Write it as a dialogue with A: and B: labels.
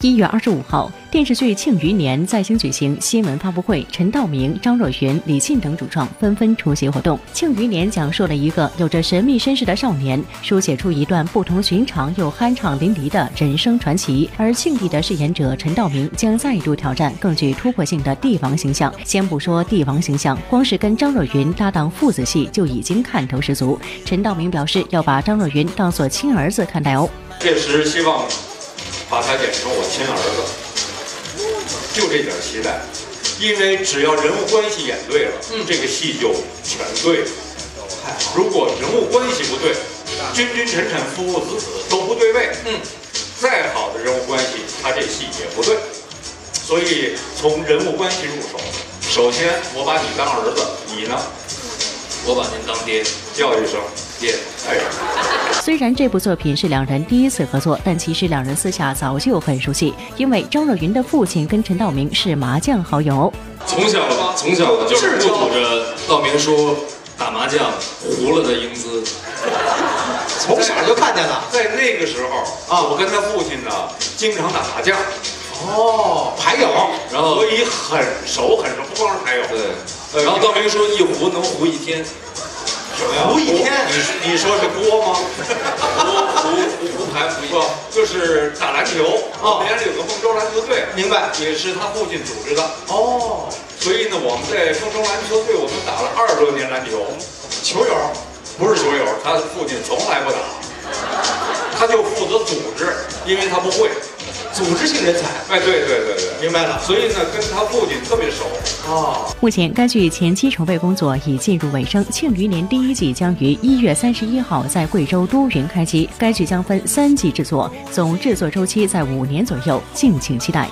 A: 一月二十五号，电视剧《庆余年》在京举行新闻发布会，陈道明、张若昀、李沁等主创纷纷出席活动。《庆余年》讲述了一个有着神秘身世的少年，书写出一段不同寻常又酣畅淋漓的人生传奇。而庆帝的饰演者陈道明将再度挑战更具突破性的帝王形象。先不说帝王形象，光是跟张若昀搭档父子戏就已经看头十足。陈道明表示要把张若昀当做亲儿子看待哦。
B: 确实希望把他演成我亲儿子，就这点期待，因为只要人物关系演对了，
C: 嗯
B: 这个戏就全对了。如果人物关系不对，君君臣臣父父子子都不对位，嗯，再好的人物关系，他这戏也不对。所以从人物关系入手，首先我把你当儿子，你呢？
C: 我把您当爹，
B: 叫一声
C: 爹。
B: 哎。
A: 虽然这部作品是两人第一次合作，但其实两人私下早就很熟悉，因为张若昀的父亲跟陈道明是麻将好友。
C: 从小从小我就是目睹着道明叔打麻将糊了的英姿，
D: 从小就看见了。
B: 在那个时候啊，我跟他父亲呢经常打麻将，
D: 哦，牌友，
B: 然后所以很熟很熟，不光是牌友。
C: 对，然后道明叔一糊能糊一天。哎
D: 胡一天，
B: 你你说是锅吗？
C: 胡胡胡牌胡
B: 不，就是打篮球。
D: 哦
B: 我们家里有个孟州篮球队，
D: 明白？
B: 也是他父亲组织的。
D: 哦，
B: 所以呢，我们在孟州篮球队，我们打了二十多年篮球。
D: 球友，
B: 不是球友，他父亲从来不打，他就负责组织，因为他不会。
D: 组织性人才，
B: 哎，对对对对。
D: 明白了。
B: 所以呢，跟他父亲特别熟。
D: 哦，
A: 目前该剧前期筹备工作已进入尾声，《庆余年》第一季将于一月三十一号在贵州都匀开机，该剧将分三季制作，总制作周期在五年左右，敬请期待。